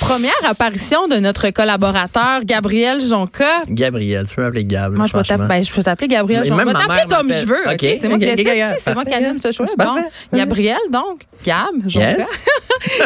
première apparition de notre collaborateur Gabriel Jonca. Gabriel, tu peux m'appeler Gab. là, Moi, je peux franchement. t'appeler ben, je peux t'appeler Gabriel Mais Jonca. Je même vais ma t'appeler mère comme je veux. m'appelle. OK? OK, C'est moi qui OK, décide. OK, Si, C'est moi qui anime ce show. C'est Bon, parfait. Gabriel, donc, Gab Jonca. Yes.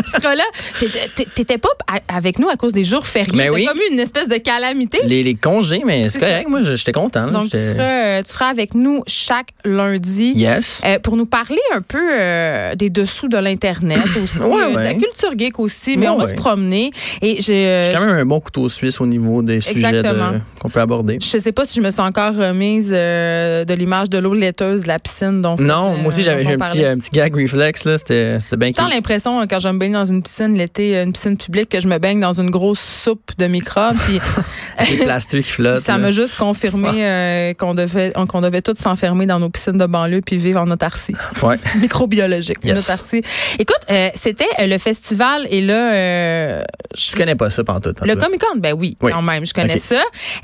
Il sera là. T'étais- T'étais pas à- avec nous à cause des jours fériés. Mais T'as oui. comme eu une espèce de calamité. Les, les congés, mais c'est C'est correct. Moi, je- j'étais content. là. Donc, tu J'étais- seras, euh, tu seras avec nous chaque lundi. Yes. Euh, pour nous parler un peu euh, des dessous de l'Internet aussi, Ouais, euh, de la ouais. culture geek aussi, mais Ouais, on va ouais. se promener. Et Je suis je, quand même un bon couteau suisse au niveau des sujets Exactement. de- qu'on peut aborder. je sais pas si je me suis encore remise euh, de l'image de l'eau laiteuse de la piscine. dont Non, faisait, moi aussi, euh, j'avais dont j'ai un on petit, parlait. un petit gag reflex. là. C'était c'était bien J'ai tant cute. l'impression, euh, quand je me baigne dans une piscine l'été, euh, une piscine publique, que je me baigne dans une grosse soupe de microbes. Puis Les plastiques qui flottent. ça là. m'a juste confirmé ah. euh, qu'on devait, qu'on devait tous s'enfermer dans nos piscines de banlieue puis vivre en autarcie. Ouais. microbiologique. Yes. notre partie. Écoute, euh, c'était euh, le festival et là, euh, Je connais pas ça pantoute. en le tout cas. Comic Con, ben oui, Ah, Oui. quand même, je connais Ok. ça.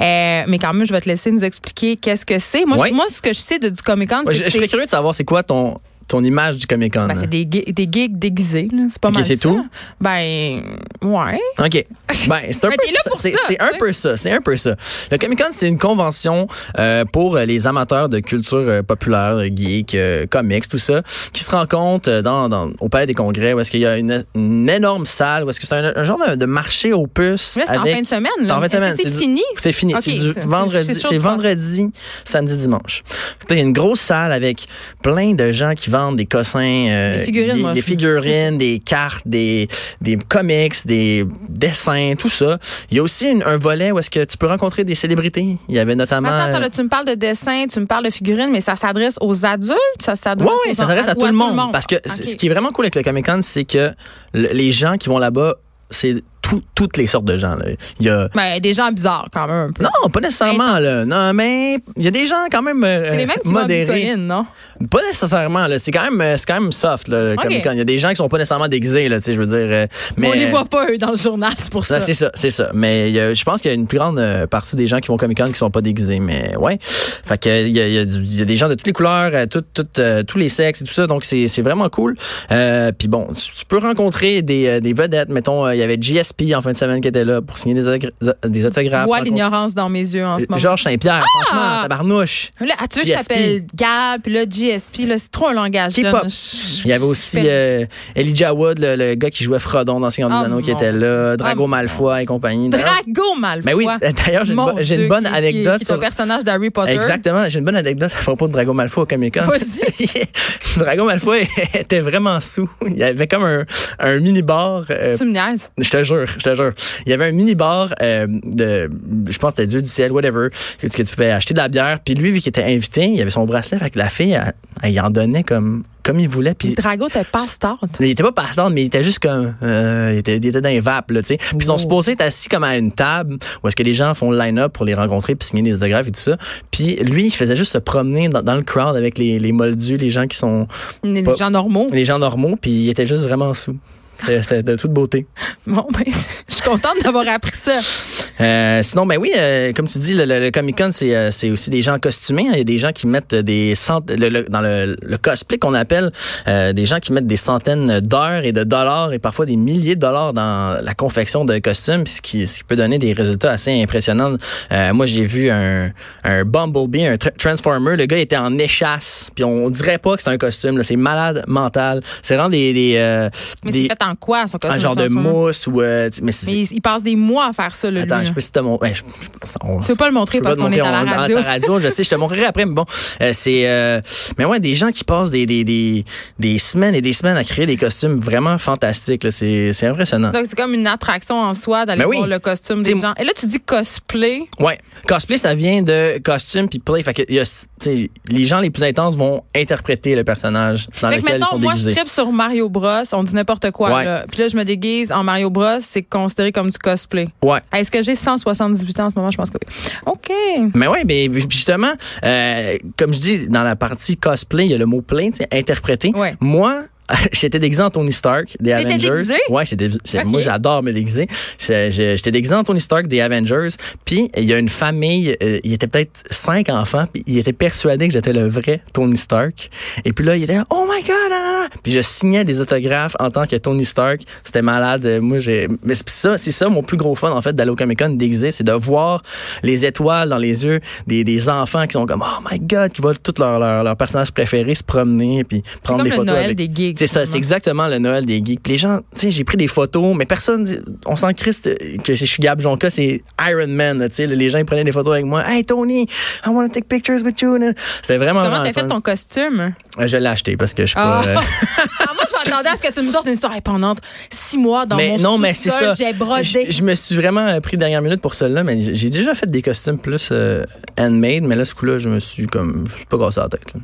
Euh, mais quand même, je vais te laisser nous expliquer qu'est-ce que c'est. Moi, je- Oui. moi, ce que je sais de, du Comic Con, c'est Ouais, je, que je c'est serais curieux de savoir c'est quoi ton, ton image du Comic Con. ben, c'est des, ge- des geeks déguisés, là. c'est pas Ok, mal. c'est ça. tout? Ben, ouais. OK. Ben, c'est un Mais peu t'es là ça. pour C'est ça, c'est un tu sais. peu ça. C'est un peu ça. Le Comic Con, c'est une convention euh, pour euh, les amateurs de culture euh, populaire, euh, geek, euh, comics, tout ça, qui se rencontrent euh, dans, dans- au Palais des Congrès, où est-ce qu'il y a une, une énorme salle, où est-ce que c'est un, un genre de, de marché aux puces. Mais là, c'est en avec- fin de semaine, là. C'est en fin de Est-ce que semaine, c'est du- fini? C'est fini. Ok, c'est c'est- du c'est- c'est vendredi. sûr C'est que tu vendredi, samedi, dimanche. Fait que là, Il y a une grosse salle avec plein de gens qui vendent des cossins, euh, Des figurines, des, moi, des je- figurines, des cartes, des, des comics, des dessins, tout ça. Il y a aussi une- un volet où est-ce que tu peux rencontrer des célébrités. Il y avait notamment. Attends, attends, euh, là, tu me parles de dessin, tu me parles de figurines, mais ça s'adresse aux adultes, ça s'adresse Oui, oui, aux ça s'adresse enfants à ou tout le monde. Parce que c- Ok. ce qui est vraiment cool avec le Comic Con, c'est que le- les gens qui vont là-bas, c'est tout- toutes les sortes de gens. là. Il y a. Ben, des gens bizarres, quand même, un peu. Non, pas nécessairement, là. Non, mais il y a des gens quand même euh, C'est les mêmes qui vont à modérés. Bicoline, non? Pas nécessairement, là. C'est quand même, euh, c'est quand même soft, là, le Ok. Comic-Con. Il y a des gens qui sont pas nécessairement déguisés, là, tu sais, je veux dire. euh, Mais On les voit pas, eux, dans le journal, c'est pour Non, ça. c'est ça, c'est ça. Mais il y a- je pense qu'il y a une plus grande euh, partie des gens qui vont au Comic Con qui sont pas déguisés, mais ouais. Fait que il y a, il y a du- il y a des gens de toutes les couleurs, euh, toutes- toutes, euh, tous les sexes et tout ça, donc c'est c'est vraiment cool. Euh, Puis bon, tu, tu peux rencontrer des, euh, des vedettes. Mettons, euh, il y avait GSP en fin de semaine qui était là pour signer des, autogra- des Je autographes. vois rencontrer- l'ignorance dans mes yeux en ce moment. Georges Saint-Pierre, franchement, tabarnouche. Là, ah, tu veux que je GSP. t'appelle Gab, puis là, GSP, là, c'est trop un langage K-pop. jeune. Je- Il y avait je- aussi je suis euh, Elijah Wood, le, le gars qui jouait Frodon dans Seigneur Oh des Anneaux, qui mon était là, Dieu. Drago Oh mon Malfoy et compagnie. perdue. D'ailleurs, Drago Malfoy. ben oui, d'ailleurs, j'ai une, Mon bo- j'ai une Dieu, bonne qui- qui- anecdote Qui est sur- un personnage d'Harry Potter. Exactement, j'ai une bonne anecdote à propos de Drago Malfoy au Comic Con. Vas-y. Drago Malfoy était vraiment sous. Il y avait comme un, un mini bar. Tu me niaises. je te jure, je te jure. Il y avait un mini bar de, je pense que c'était Dieu du ciel, whatever, que, tu- que tu pouvais acheter de la bière. Puis lui, vu qu'il était invité, il avait son bracelet, fait que la fille, elle, elle y en donnait comme, comme il voulait. Puis Drago, t'es pasteur. mais il était pas passant, mais il était juste comme euh, il, était, il était dans les vapes, là, tu sais. Puis ils sont supposés être assis comme à une table où est-ce que les gens font le line-up pour les rencontrer puis signer des autographes et tout ça. Puis lui, il faisait juste se promener dans, dans le crowd avec les, les moldus, les gens qui sont Les Pas- gens normaux. les gens normaux, puis il était juste vraiment sous. C'était c'était de toute beauté. Bon, ben, je suis contente d'avoir appris ça. Euh, sinon, ben oui, euh, comme tu dis, le, le- le Comic Con, c'est euh, c'est aussi des gens costumés. hein. Il y a des gens qui mettent des centaines, le- le- dans le, le cosplay qu'on appelle, euh, des gens qui mettent des centaines d'heures et de dollars et parfois des milliers de dollars dans la confection de costumes, puis ce qui, ce qui peut donner des résultats assez impressionnants. Euh, moi, j'ai vu un, un Bumblebee, un tra- Transformer. Le gars était en échasse, puis on dirait pas que c'est un costume. là. C'est malade mental. C'est vraiment des, des, euh, Mais des- c'est fait en quoi, son costume? un genre de transformé? mousse ou euh, tu- mais c'est- Mais il, il passe des mois à faire ça, le Attends, lui, je là. peux te montrer. je, je- on- Tu veux pas le montrer je peux euh. parce te qu'on est montrer, à on- la radio. à la radio, je sais, je te montrerai après, mais bon, euh, c'est. euh, mais ouais, des gens qui passent des, des, des, des semaines et des semaines à créer des costumes vraiment fantastiques. là. C'est c'est impressionnant. Donc, c'est comme une attraction en soi d'aller Ben oui. voir le costume des T'sais, gens. Et là, tu dis cosplay. Ouais, cosplay, ça vient de costume puis play. Fait que il y a, tu sais, les gens les plus intenses vont interpréter le personnage dans Fait que lequel ils mettons, sont moi, je déguisés. tripe sur Mario Bros. On dit n'importe quoi. Ouais. Là. Puis là, je me déguise en Mario Bros. C'est considéré comme du cosplay. Ouais. Est-ce que j'ai 178 ans en ce moment? Je pense que oui. OK. Mais oui, mais justement, euh, comme je dis, dans la partie cosplay, il y a le mot play, tu sais, interpréter. Ouais. Moi, j'étais déguisé en Tony Stark des T'étais Avengers. déguisé? Ouais, j'étais c'est- Ok. moi j'adore me déguiser. C'est- j'ai- J'étais déguisé en Tony Stark des Avengers, puis il y a une famille, euh, il était peut-être cinq enfants, puis ils étaient persuadés que j'étais le vrai Tony Stark. Et puis là, il était "Oh my god!" ah, ah, ah. Puis je signais des autographes en tant que Tony Stark, c'était malade. Euh, Moi j'ai mais c'est ça, c'est ça mon plus gros fun en fait d'aller au Comic-Con déguisé, c'est de voir les étoiles dans les yeux des, des enfants qui sont comme "Oh my god!" qui voient tout leur leur, leur personnage préféré se promener puis prendre comme des le photos Noël avec. des geeks. C'est ça, c'est finalement. exactement le Noël des geeks. Puis les gens, tu sais, j'ai pris des photos, mais personne, dit- on s'en Christ que je suis Gab Jonka, c'est Iron Man, là, tu sais, les gens ils prenaient des photos avec moi. Hey Tony, I want to take pictures with you. C'était vraiment Comment t'as vraiment fait le ton costume? fun. Je l'ai acheté parce que je suis Ah. pas. euh, Ah, moi, je vais attendre à ce que tu me sortes une histoire pendant six mois dans mon mais non, mais c'est sous-sol, ça. J'ai brodé. Je, je me suis vraiment euh, pris dernière minute pour celle-là, mais j'ai j'ai déjà fait des costumes plus euh, handmade, mais là ce coup-là, je me suis comme, je me suis pas cassé la tête. là.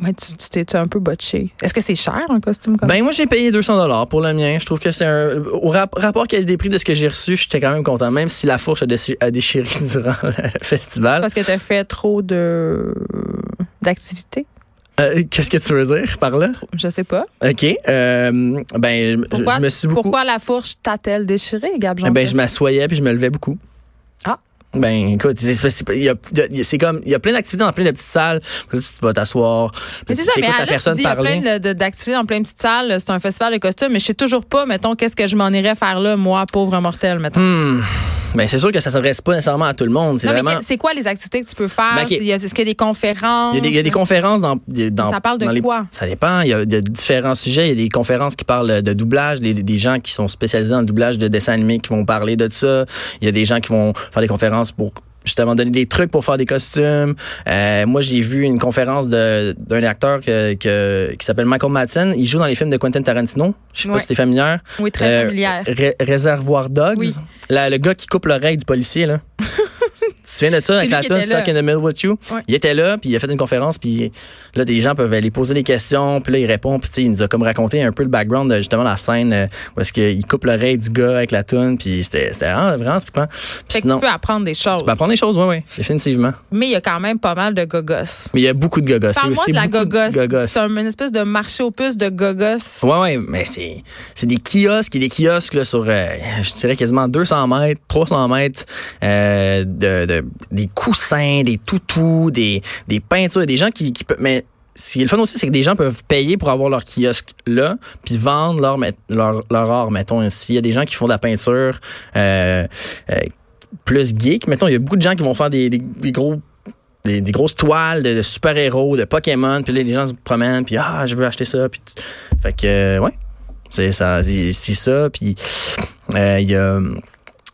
Ouais, tu tu t'es un peu botché. Est-ce que c'est cher un costume comme ça? Ben moi j'ai payé 200 dollars pour le mien. Je trouve que c'est un au rap- rapport qualité-prix de ce que j'ai reçu, j'étais quand même content même si la fourche a, déchi- a déchiré durant le festival. Parce que t'as fait trop de d'activités. Euh, Qu'est-ce que tu veux dire par là Je sais pas. OK, euh, ben je- je, Pourquoi, je me suis beaucoup pourquoi la fourche t'a-t-elle déchiré, Gab Jonquin? ben je m'assoyais puis je me levais beaucoup. Ah. Ben écoute, c'est- c'est c'est- il y a- il y a- c'est comme il y a plein d'activités dans plein de petites salles. Puis là, tu vas t'asseoir, Mais puis c'est tu ça, mais t'écoutes à la là, tu personne dis, il y a parler. plein de- de- d'activités en plein de petites salles. C'est un festival de costumes, mais je sais toujours pas, mettons, qu'est-ce que je m'en irais faire là, moi, pauvre mortel, mettons. Hmm. Ben c'est sûr que ça s'adresse pas nécessairement à tout le monde, c'est Non, mais vraiment que- c'est quoi les activités que tu peux faire? Ben, ok. Il y a- Est-ce qu'il y a des conférences? Il y, a des, il y a des conférences dans, dans Ça parle de dans les quoi? petits- Ça dépend. Il y, a, il y a différents sujets. Il y a des conférences qui parlent de doublage, des, des gens qui sont spécialisés dans le doublage de dessins animés qui vont parler de ça. Il y a des gens qui vont faire des conférences pour justement donner des trucs pour faire des costumes. Euh, moi, j'ai vu une conférence de- d'un acteur que, que- qui s'appelle Michael Madsen. Il joue dans les films de Quentin Tarantino. Je sais Ouais. pas si t'es familière. Oui, très Euh, familière. Ré- Réservoir Dogs. Oui. La- le gars qui coupe l'oreille du policier, là. tu te souviens de ça avec lui la qui tune était là. Stuck in the Middle with You? Ouais. Il était là, puis il a fait une conférence, puis là, des gens peuvent aller poser des questions, puis là, il répond, puis tu sais, il nous a comme raconté un peu le background de justement la scène euh, où est-ce qu'il coupe l'oreille du gars avec la tune, puis c'était c'était vraiment, vraiment trippant. Puis Fait que sinon, tu peux apprendre des choses. tu peux apprendre des choses, oui, oui, définitivement. Mais il y a quand même pas mal de gogos. Mais il y a beaucoup de gogos. C'est- Parle-moi c'est de la beaucoup gogosse. gogos. C'est un- une espèce de marché aux puces de gogos. Ouais, ouais, mais c'est, c'est des kiosques et des kiosques là, sur, euh, je dirais quasiment 200 mètres, 300 mètres, euh, de, de- des coussins, des toutous, des, des peintures, des gens qui, qui peuvent... Mais ce qui est le fun aussi, c'est que des gens peuvent payer pour avoir leur kiosque là, puis vendre leur, met- leur, leur art, mettons. S'il y a des gens qui font de la peinture euh, euh, plus geek, mettons, il y a beaucoup de gens qui vont faire des, des, des gros des, des grosses toiles de, de super-héros, de Pokémon, puis là, les gens se promènent, puis ah, je veux acheter ça, puis tout. fait que euh, ouais, c'est ça, c'est c'est ça, puis euh, il y a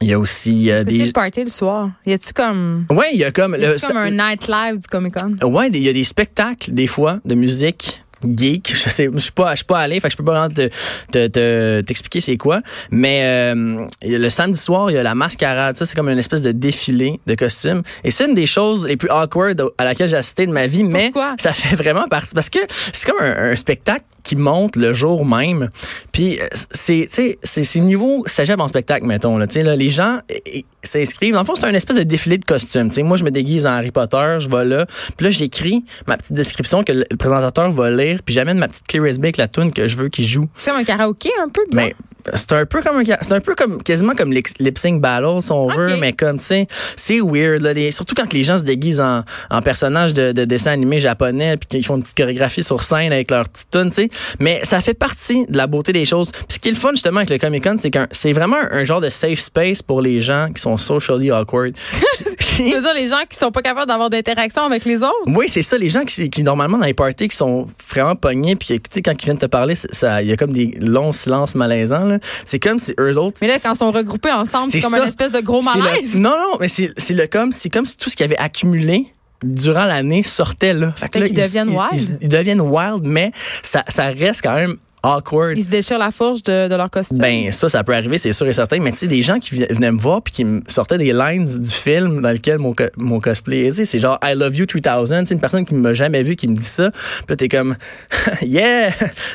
il y a aussi euh, Est-ce que C'est des le party le soir. Y a-tu comme, ouais, il y a comme y le, a-tu comme un night live du Comic Con? ouais, il y a des spectacles des fois de musique geek, je sais je suis pas je suis pas allé, fait que je peux pas vraiment te te- te- t'expliquer c'est quoi, mais euh, le samedi soir, il y a la mascarade, ça c'est comme une espèce de défilé de costumes et c'est une des choses les plus awkward à laquelle j'ai assisté de ma vie, mais Pourquoi? ça fait vraiment partie parce que c'est comme un, un spectacle qui monte le jour même. Puis euh, c'est tu sais c'est c'est niveau cégep en spectacle mettons là, tu sais là, les gens eh, eh, s'inscrivent. En fond, c'est un espèce de défilé de costumes, tu sais. Moi je me déguise en Harry Potter, je vais là, puis là j'écris ma petite description que le le présentateur va lire, puis j'amène ma petite Clear Bay avec la tune que je veux qu'il joue. C'est comme un karaoké un peu bizarre. Mais Ben, c'est un peu comme un, c'est un peu comme quasiment comme lip sync battle si on veut, mais comme tu sais, c'est weird là, les- surtout quand les gens se déguisent en, en personnages de, de dessins animés japonais puis qu'ils font une petite chorégraphie sur scène avec leur petite tune, tu sais. Mais ça fait partie de la beauté des choses. Puis ce qui est le fun justement avec le Comic Con, c'est qu'un c'est vraiment un genre de safe space pour les gens qui sont socially awkward. Puis- C'est-à-dire les gens qui sont pas capables d'avoir d'interaction avec les autres. oui, c'est ça. Les gens qui, qui, normalement dans les parties qui sont vraiment pognés, puis tu sais quand ils viennent te parler, c'est- ça, il y a comme des longs silences malaisants. là. C'est comme si eux autres. Mais là, quand ils sont regroupés ensemble, c'est C'est comme ça. une espèce de gros C'est le- malaise. non, non, mais c'est c'est le comme, c'est comme si tout ce qu'ils avaient accumulé durant l'année sortait là. Fait qu'ils deviennent ils- wild. Ils, ils deviennent wild, mais ça, ça reste quand même awkward. Ils se déchirent la fourche de, de leur costume. Ben ça, ça peut arriver, c'est sûr et certain. Mais tu sais, des gens qui vi- venaient me voir puis qui me sortaient des lines du film dans lequel mon, co- mon cosplay est. tu sais, C'est genre I Love You 3000. C'est une personne qui m'a jamais vu qui me dit ça. Puis là, t'es comme Yeah,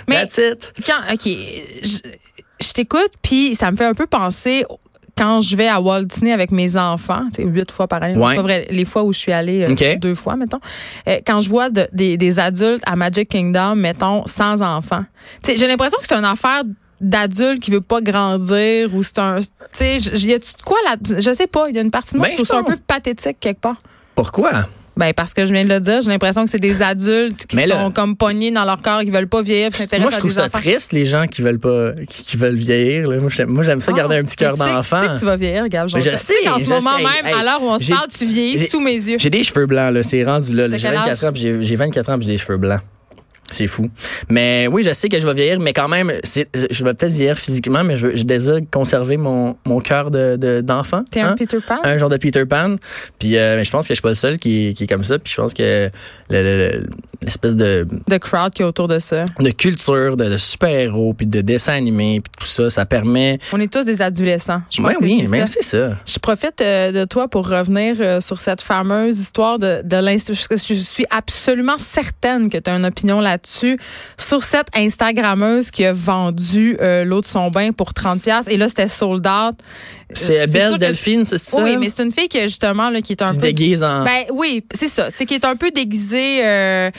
Mais- that's it. Quand, OK, je, je t'écoute, puis ça me fait un peu penser quand je vais à Walt Disney avec mes enfants, c'est huit fois par année, Ouais. c'est pas vrai, les fois où je suis allée euh, Ok. deux fois, mettons, euh, quand je vois de- des, des adultes à Magic Kingdom, mettons, sans enfants, tu sais, j'ai l'impression que c'est une affaire d'adulte qui veut pas grandir ou c'est un tu sais j- y a-tu de quoi là je sais pas il y a une partie de moi Ben, qui trouve je ça un peu pense. pathétique quelque part Pourquoi? ben parce que je viens de le dire j'ai l'impression que c'est des adultes qui Mais là- sont comme pognés dans leur corps qui veulent pas vieillir puis s'intéressent Moi, je à trouve des ça enfants. triste, les gens qui veulent pas, qui, qui veulent vieillir. là. Moi, j'aime moi, j'aime ça garder Ah, un petit cœur tu sais- d'enfant. Tu sais que tu vas vieillir, Gab. Jean- Mais je tu sais, qu'en ce je moment sais. même, Hey, à l'heure où on se j'ai- parle, tu vieillis j'ai- sous mes yeux. J'ai des cheveux blancs, là. C'est rendu là. là. T'as J'ai quel 24 âge? ans, puis j'ai- j'ai 24 ans, puis j'ai des cheveux blancs. C'est fou. Mais oui, je sais que je vais vieillir, mais quand même, c'est- je vais peut-être vieillir physiquement, mais je, veux- je désire conserver mon, mon cœur de- de- d'enfant. T'es hein? un Peter Pan. un genre de Peter Pan. Puis euh, mais je pense que je suis pas le seul qui, qui est comme ça. Puis je pense que le- le- le- l'espèce de, The crowd qui est autour de ça. de culture de, de super-héros, puis de dessin animé, puis tout ça, ça permet... On est tous des adolescents. Je pense Ouais, que Ben oui, c'est mais ça. c'est ça. Je profite euh, de toi pour revenir euh, sur cette fameuse histoire de, de l'inst- parce que Je suis absolument certaine que tu as une opinion là-dessus sur cette Instagrammeuse qui a vendu euh, l'eau de son bain pour 30$. piastres. Et là, c'était sold out. Euh, C'est c'est sûr Belle que- Delphine, c'est ça? Oui, mais c'est une fille qui, justement, là, qui est un Tu te peu déguises en... Ben oui, c'est ça. Tu sais, qui est un peu déguisé. euh,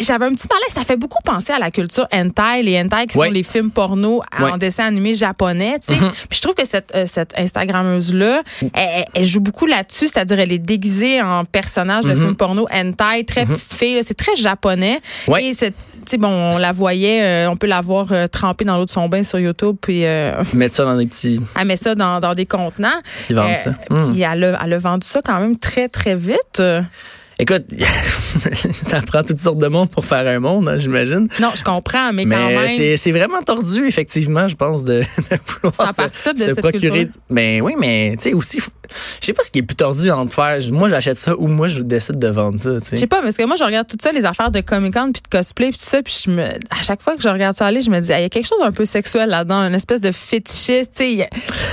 J'avais un petit malaise. Ça fait beaucoup penser à la culture hentai, les hentai qui Ouais. sont les films porno en Ouais. Mm-hmm. dessin animé japonais. Tu sais, puis je trouve que cette euh, cette Instagrammeuse là, Mm. elle, elle joue beaucoup là-dessus, c'est-à-dire elle est déguisée en personnage Mm-hmm. de film porno hentai, très petite fille. là. C'est très japonais. Ouais. Et c'est, tu sais, bon, on la voyait, euh, on peut la voir euh, trempée dans l'eau de son bain sur YouTube, puis euh, Mettre ça dans des petits... elle met ça dans, dans des contenants. Ils vendent ça. Mm. Euh, Puis elle a, elle a vendu ça quand même très, très vite. Euh, Écoute, ça prend toutes sortes de monde pour faire un monde, hein, j'imagine. Non, je comprends, mais, quand Mais même. c'est- c'est vraiment tordu, effectivement, je pense, de, de vouloir Ça se- participe de se cette procurer. culture-là. Mais oui, mais tu sais aussi, faut- je sais pas ce qui est plus tordu entre faire. Moi, j'achète ça ou moi, je décide de vendre ça. tu Je sais. sais pas, parce que moi, je regarde tout ça, les affaires de Comic-Con, puis de cosplay, puis tout ça, puis je me, à chaque fois que je regarde ça aller, je me dis, Ah, il y a quelque chose d'un peu sexuel là-dedans, une espèce de fétichiste, tu sais. il y a-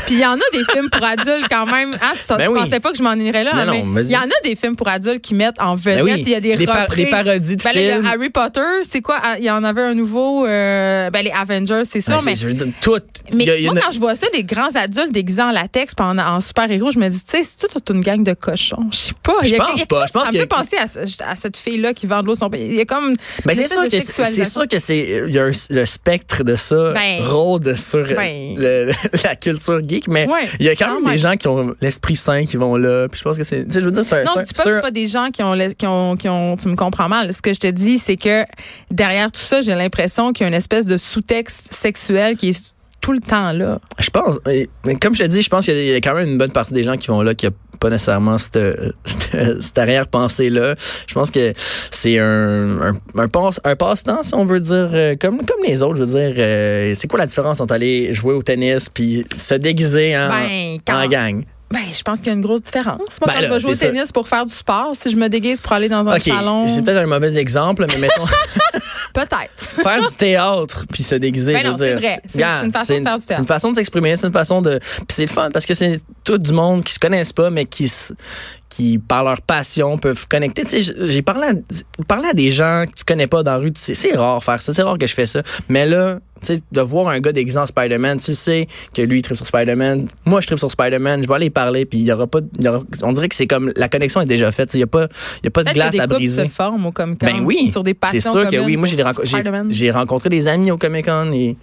Puis il y en a des films pour adultes quand même. Ah, tu, Ben tu oui. pensais pas que je m'en irais là, Non, hein, non, mais vas-y. il y en a des films pour adultes qui mettent en vedette, Ben oui, il y a des, par- reprises. des parodies de Ben là, il y a films. Harry Potter, c'est quoi? Ah, Il y en avait un nouveau, euh, ben les Avengers, c'est Ouais, ça, c'est- mais je veux dire, tout. Mais Il y a- il y a moi, une- quand je vois ça, les grands adultes déguisant en latex pis en, en super-héros, je me dis, tu sais, c'est toute une gang de cochons. Je sais pas. Il y a Je pense quelque chose- pas. Je pense ça me qu'il y a- fait penser à, ce- à cette fille-là qui vend de l'eau son pays. Il y a comme. Ben, une c'est espèce sûr de que c'est c'est sexualisation. sûr que c'est il y a un- le spectre de ça Ben, rôde sur ben. le- le- la culture geek mais Ouais, il y a quand quand même même. des gens qui ont l'esprit sain qui vont là puis je pense que c'est tu sais je veux dire c'est un, Non, je c'est un- dis pas c'est que un- c'est pas des gens qui ont, la- qui ont, qui ont, tu me comprends mal. Ce que je te dis, c'est que derrière tout ça, j'ai l'impression qu'il y a une espèce de sous-texte sexuel qui est tout le temps là. Je pense. Mais, mais comme je te dis, je pense qu'il y a- il y a quand même une bonne partie des gens qui vont là qui a pas nécessairement cette, cette, cette arrière-pensée-là. Je pense que c'est un, un, un, passe, un passe-temps, si on veut dire, euh, comme, comme les autres. Je veux dire, euh, c'est quoi la différence entre aller jouer au tennis puis se déguiser en, Ben, en quand- gang? Ben, je pense qu'il y a une grosse différence. Moi, ah, Ben quand là, je vais jouer au c'est tennis pour faire du sport, si je me déguise pour aller dans un OK, salon, c'est peut-être un mauvais exemple, mais mettons, peut-être. faire du théâtre puis se déguiser, Ben je veux non, c'est dire, vrai. C'est- regarde, c'est une façon c'est de faire du c'est une théâtre. façon de s'exprimer, c'est une façon de puis c'est le fun parce que c'est tout du monde qui se connaissent pas mais qui se- qui par leur passion peuvent connecter. Tu sais, j'ai parlé à, parlé à des gens que tu connais pas dans la rue, tu sais, c'est rare faire ça, c'est rare que je fais ça. Mais là, tu sais, de voir un gars déguisé en Spider-Man, tu sais que lui il tripe sur Spider-Man, moi je tripe sur Spider-Man, je vais aller parler puis il y aura pas de- il y aura- on dirait que c'est comme la connexion est déjà faite, Tu sais, il y a pas il y a pas de Peut-être glace que des à couples briser. se forment au Comic-Con. Ben oui. Sur des passions C'est sûr que communes oui. Moi, j'ai, pour renco- j'ai, Spider-Man. j'ai rencontré des amis au Comic Con et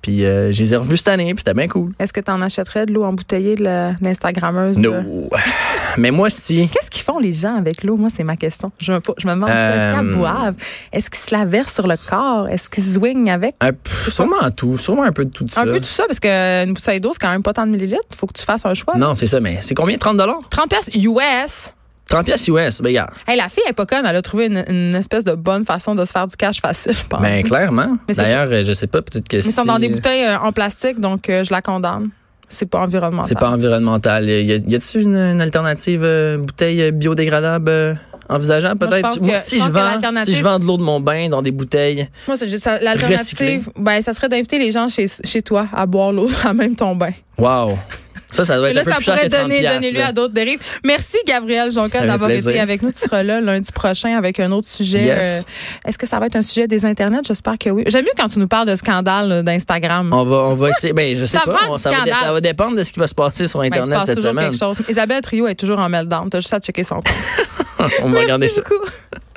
puis euh, je les ai revus cette année, puis c'était bien cool. Est-ce que tu en achèterais de l'eau embouteillée de la- de l'Instagrammeuse? là? No. Mais moi, si. Qu'est-ce qu'ils font les gens avec l'eau? Moi, c'est ma question. Je me, po- je me demande, Euh, est-ce qu'ils la boivent? Est-ce qu'ils se la versent sur le corps? Est-ce qu'ils swingent avec? Un, pff, sûrement tout, sûrement un peu de tout ça. Un peu tout ça, parce qu'une bouteille d'eau, c'est quand même pas tant de millilitres. faut que tu fasses un choix. Non, c'est ça, mais c'est combien? 30 dollars? 30 pièces US. 30 pièces US, ben regarde. Hey, la fille, elle est pas conne. Elle a trouvé une, une espèce de bonne façon de se faire du cash facile, je pense. Ben clairement. Mais Ah, c'est- D'ailleurs, euh, je sais pas, peut-être que Ils sont dans des bouteilles euh, en plastique, donc euh, je la condamne. C'est pas environnemental. C'est pas environnemental. Y a- y a-t-il une, une alternative euh, bouteille euh, biodégradable euh, envisageable Moi, je peut-être? pense Moi, que- si, je je pense que vends, si l'alternative- je vends de l'eau de mon bain dans des bouteilles, Moi, c'est juste ça. l'alternative, Recycler. ben, ça serait d'inviter les gens chez, chez toi à boire l'eau à même ton bain. wow. Ça, ça doit Et être là, un peu ça plus cher pourrait que 30 donner, piastres, donner lieu là. à d'autres dérives. Merci, Gabriel Jonca, fait d'avoir plaisir. été avec nous. Tu seras là lundi prochain avec un autre sujet. Yes. Euh, Est-ce que ça va être un sujet des internets? J'espère que oui. J'aime mieux quand tu nous parles de scandale là, d'Instagram. On va, on va essayer. Ben, je sais Ça pas. prend on- du ça, va, dé- scandale. ça va dépendre de ce qui va se passer sur Ben, il se Internet passe cette toujours semaine. quelque chose. Isabelle Trio est toujours en meltdown. T'as juste à checker son compte. On va regarder Merci ça. beaucoup.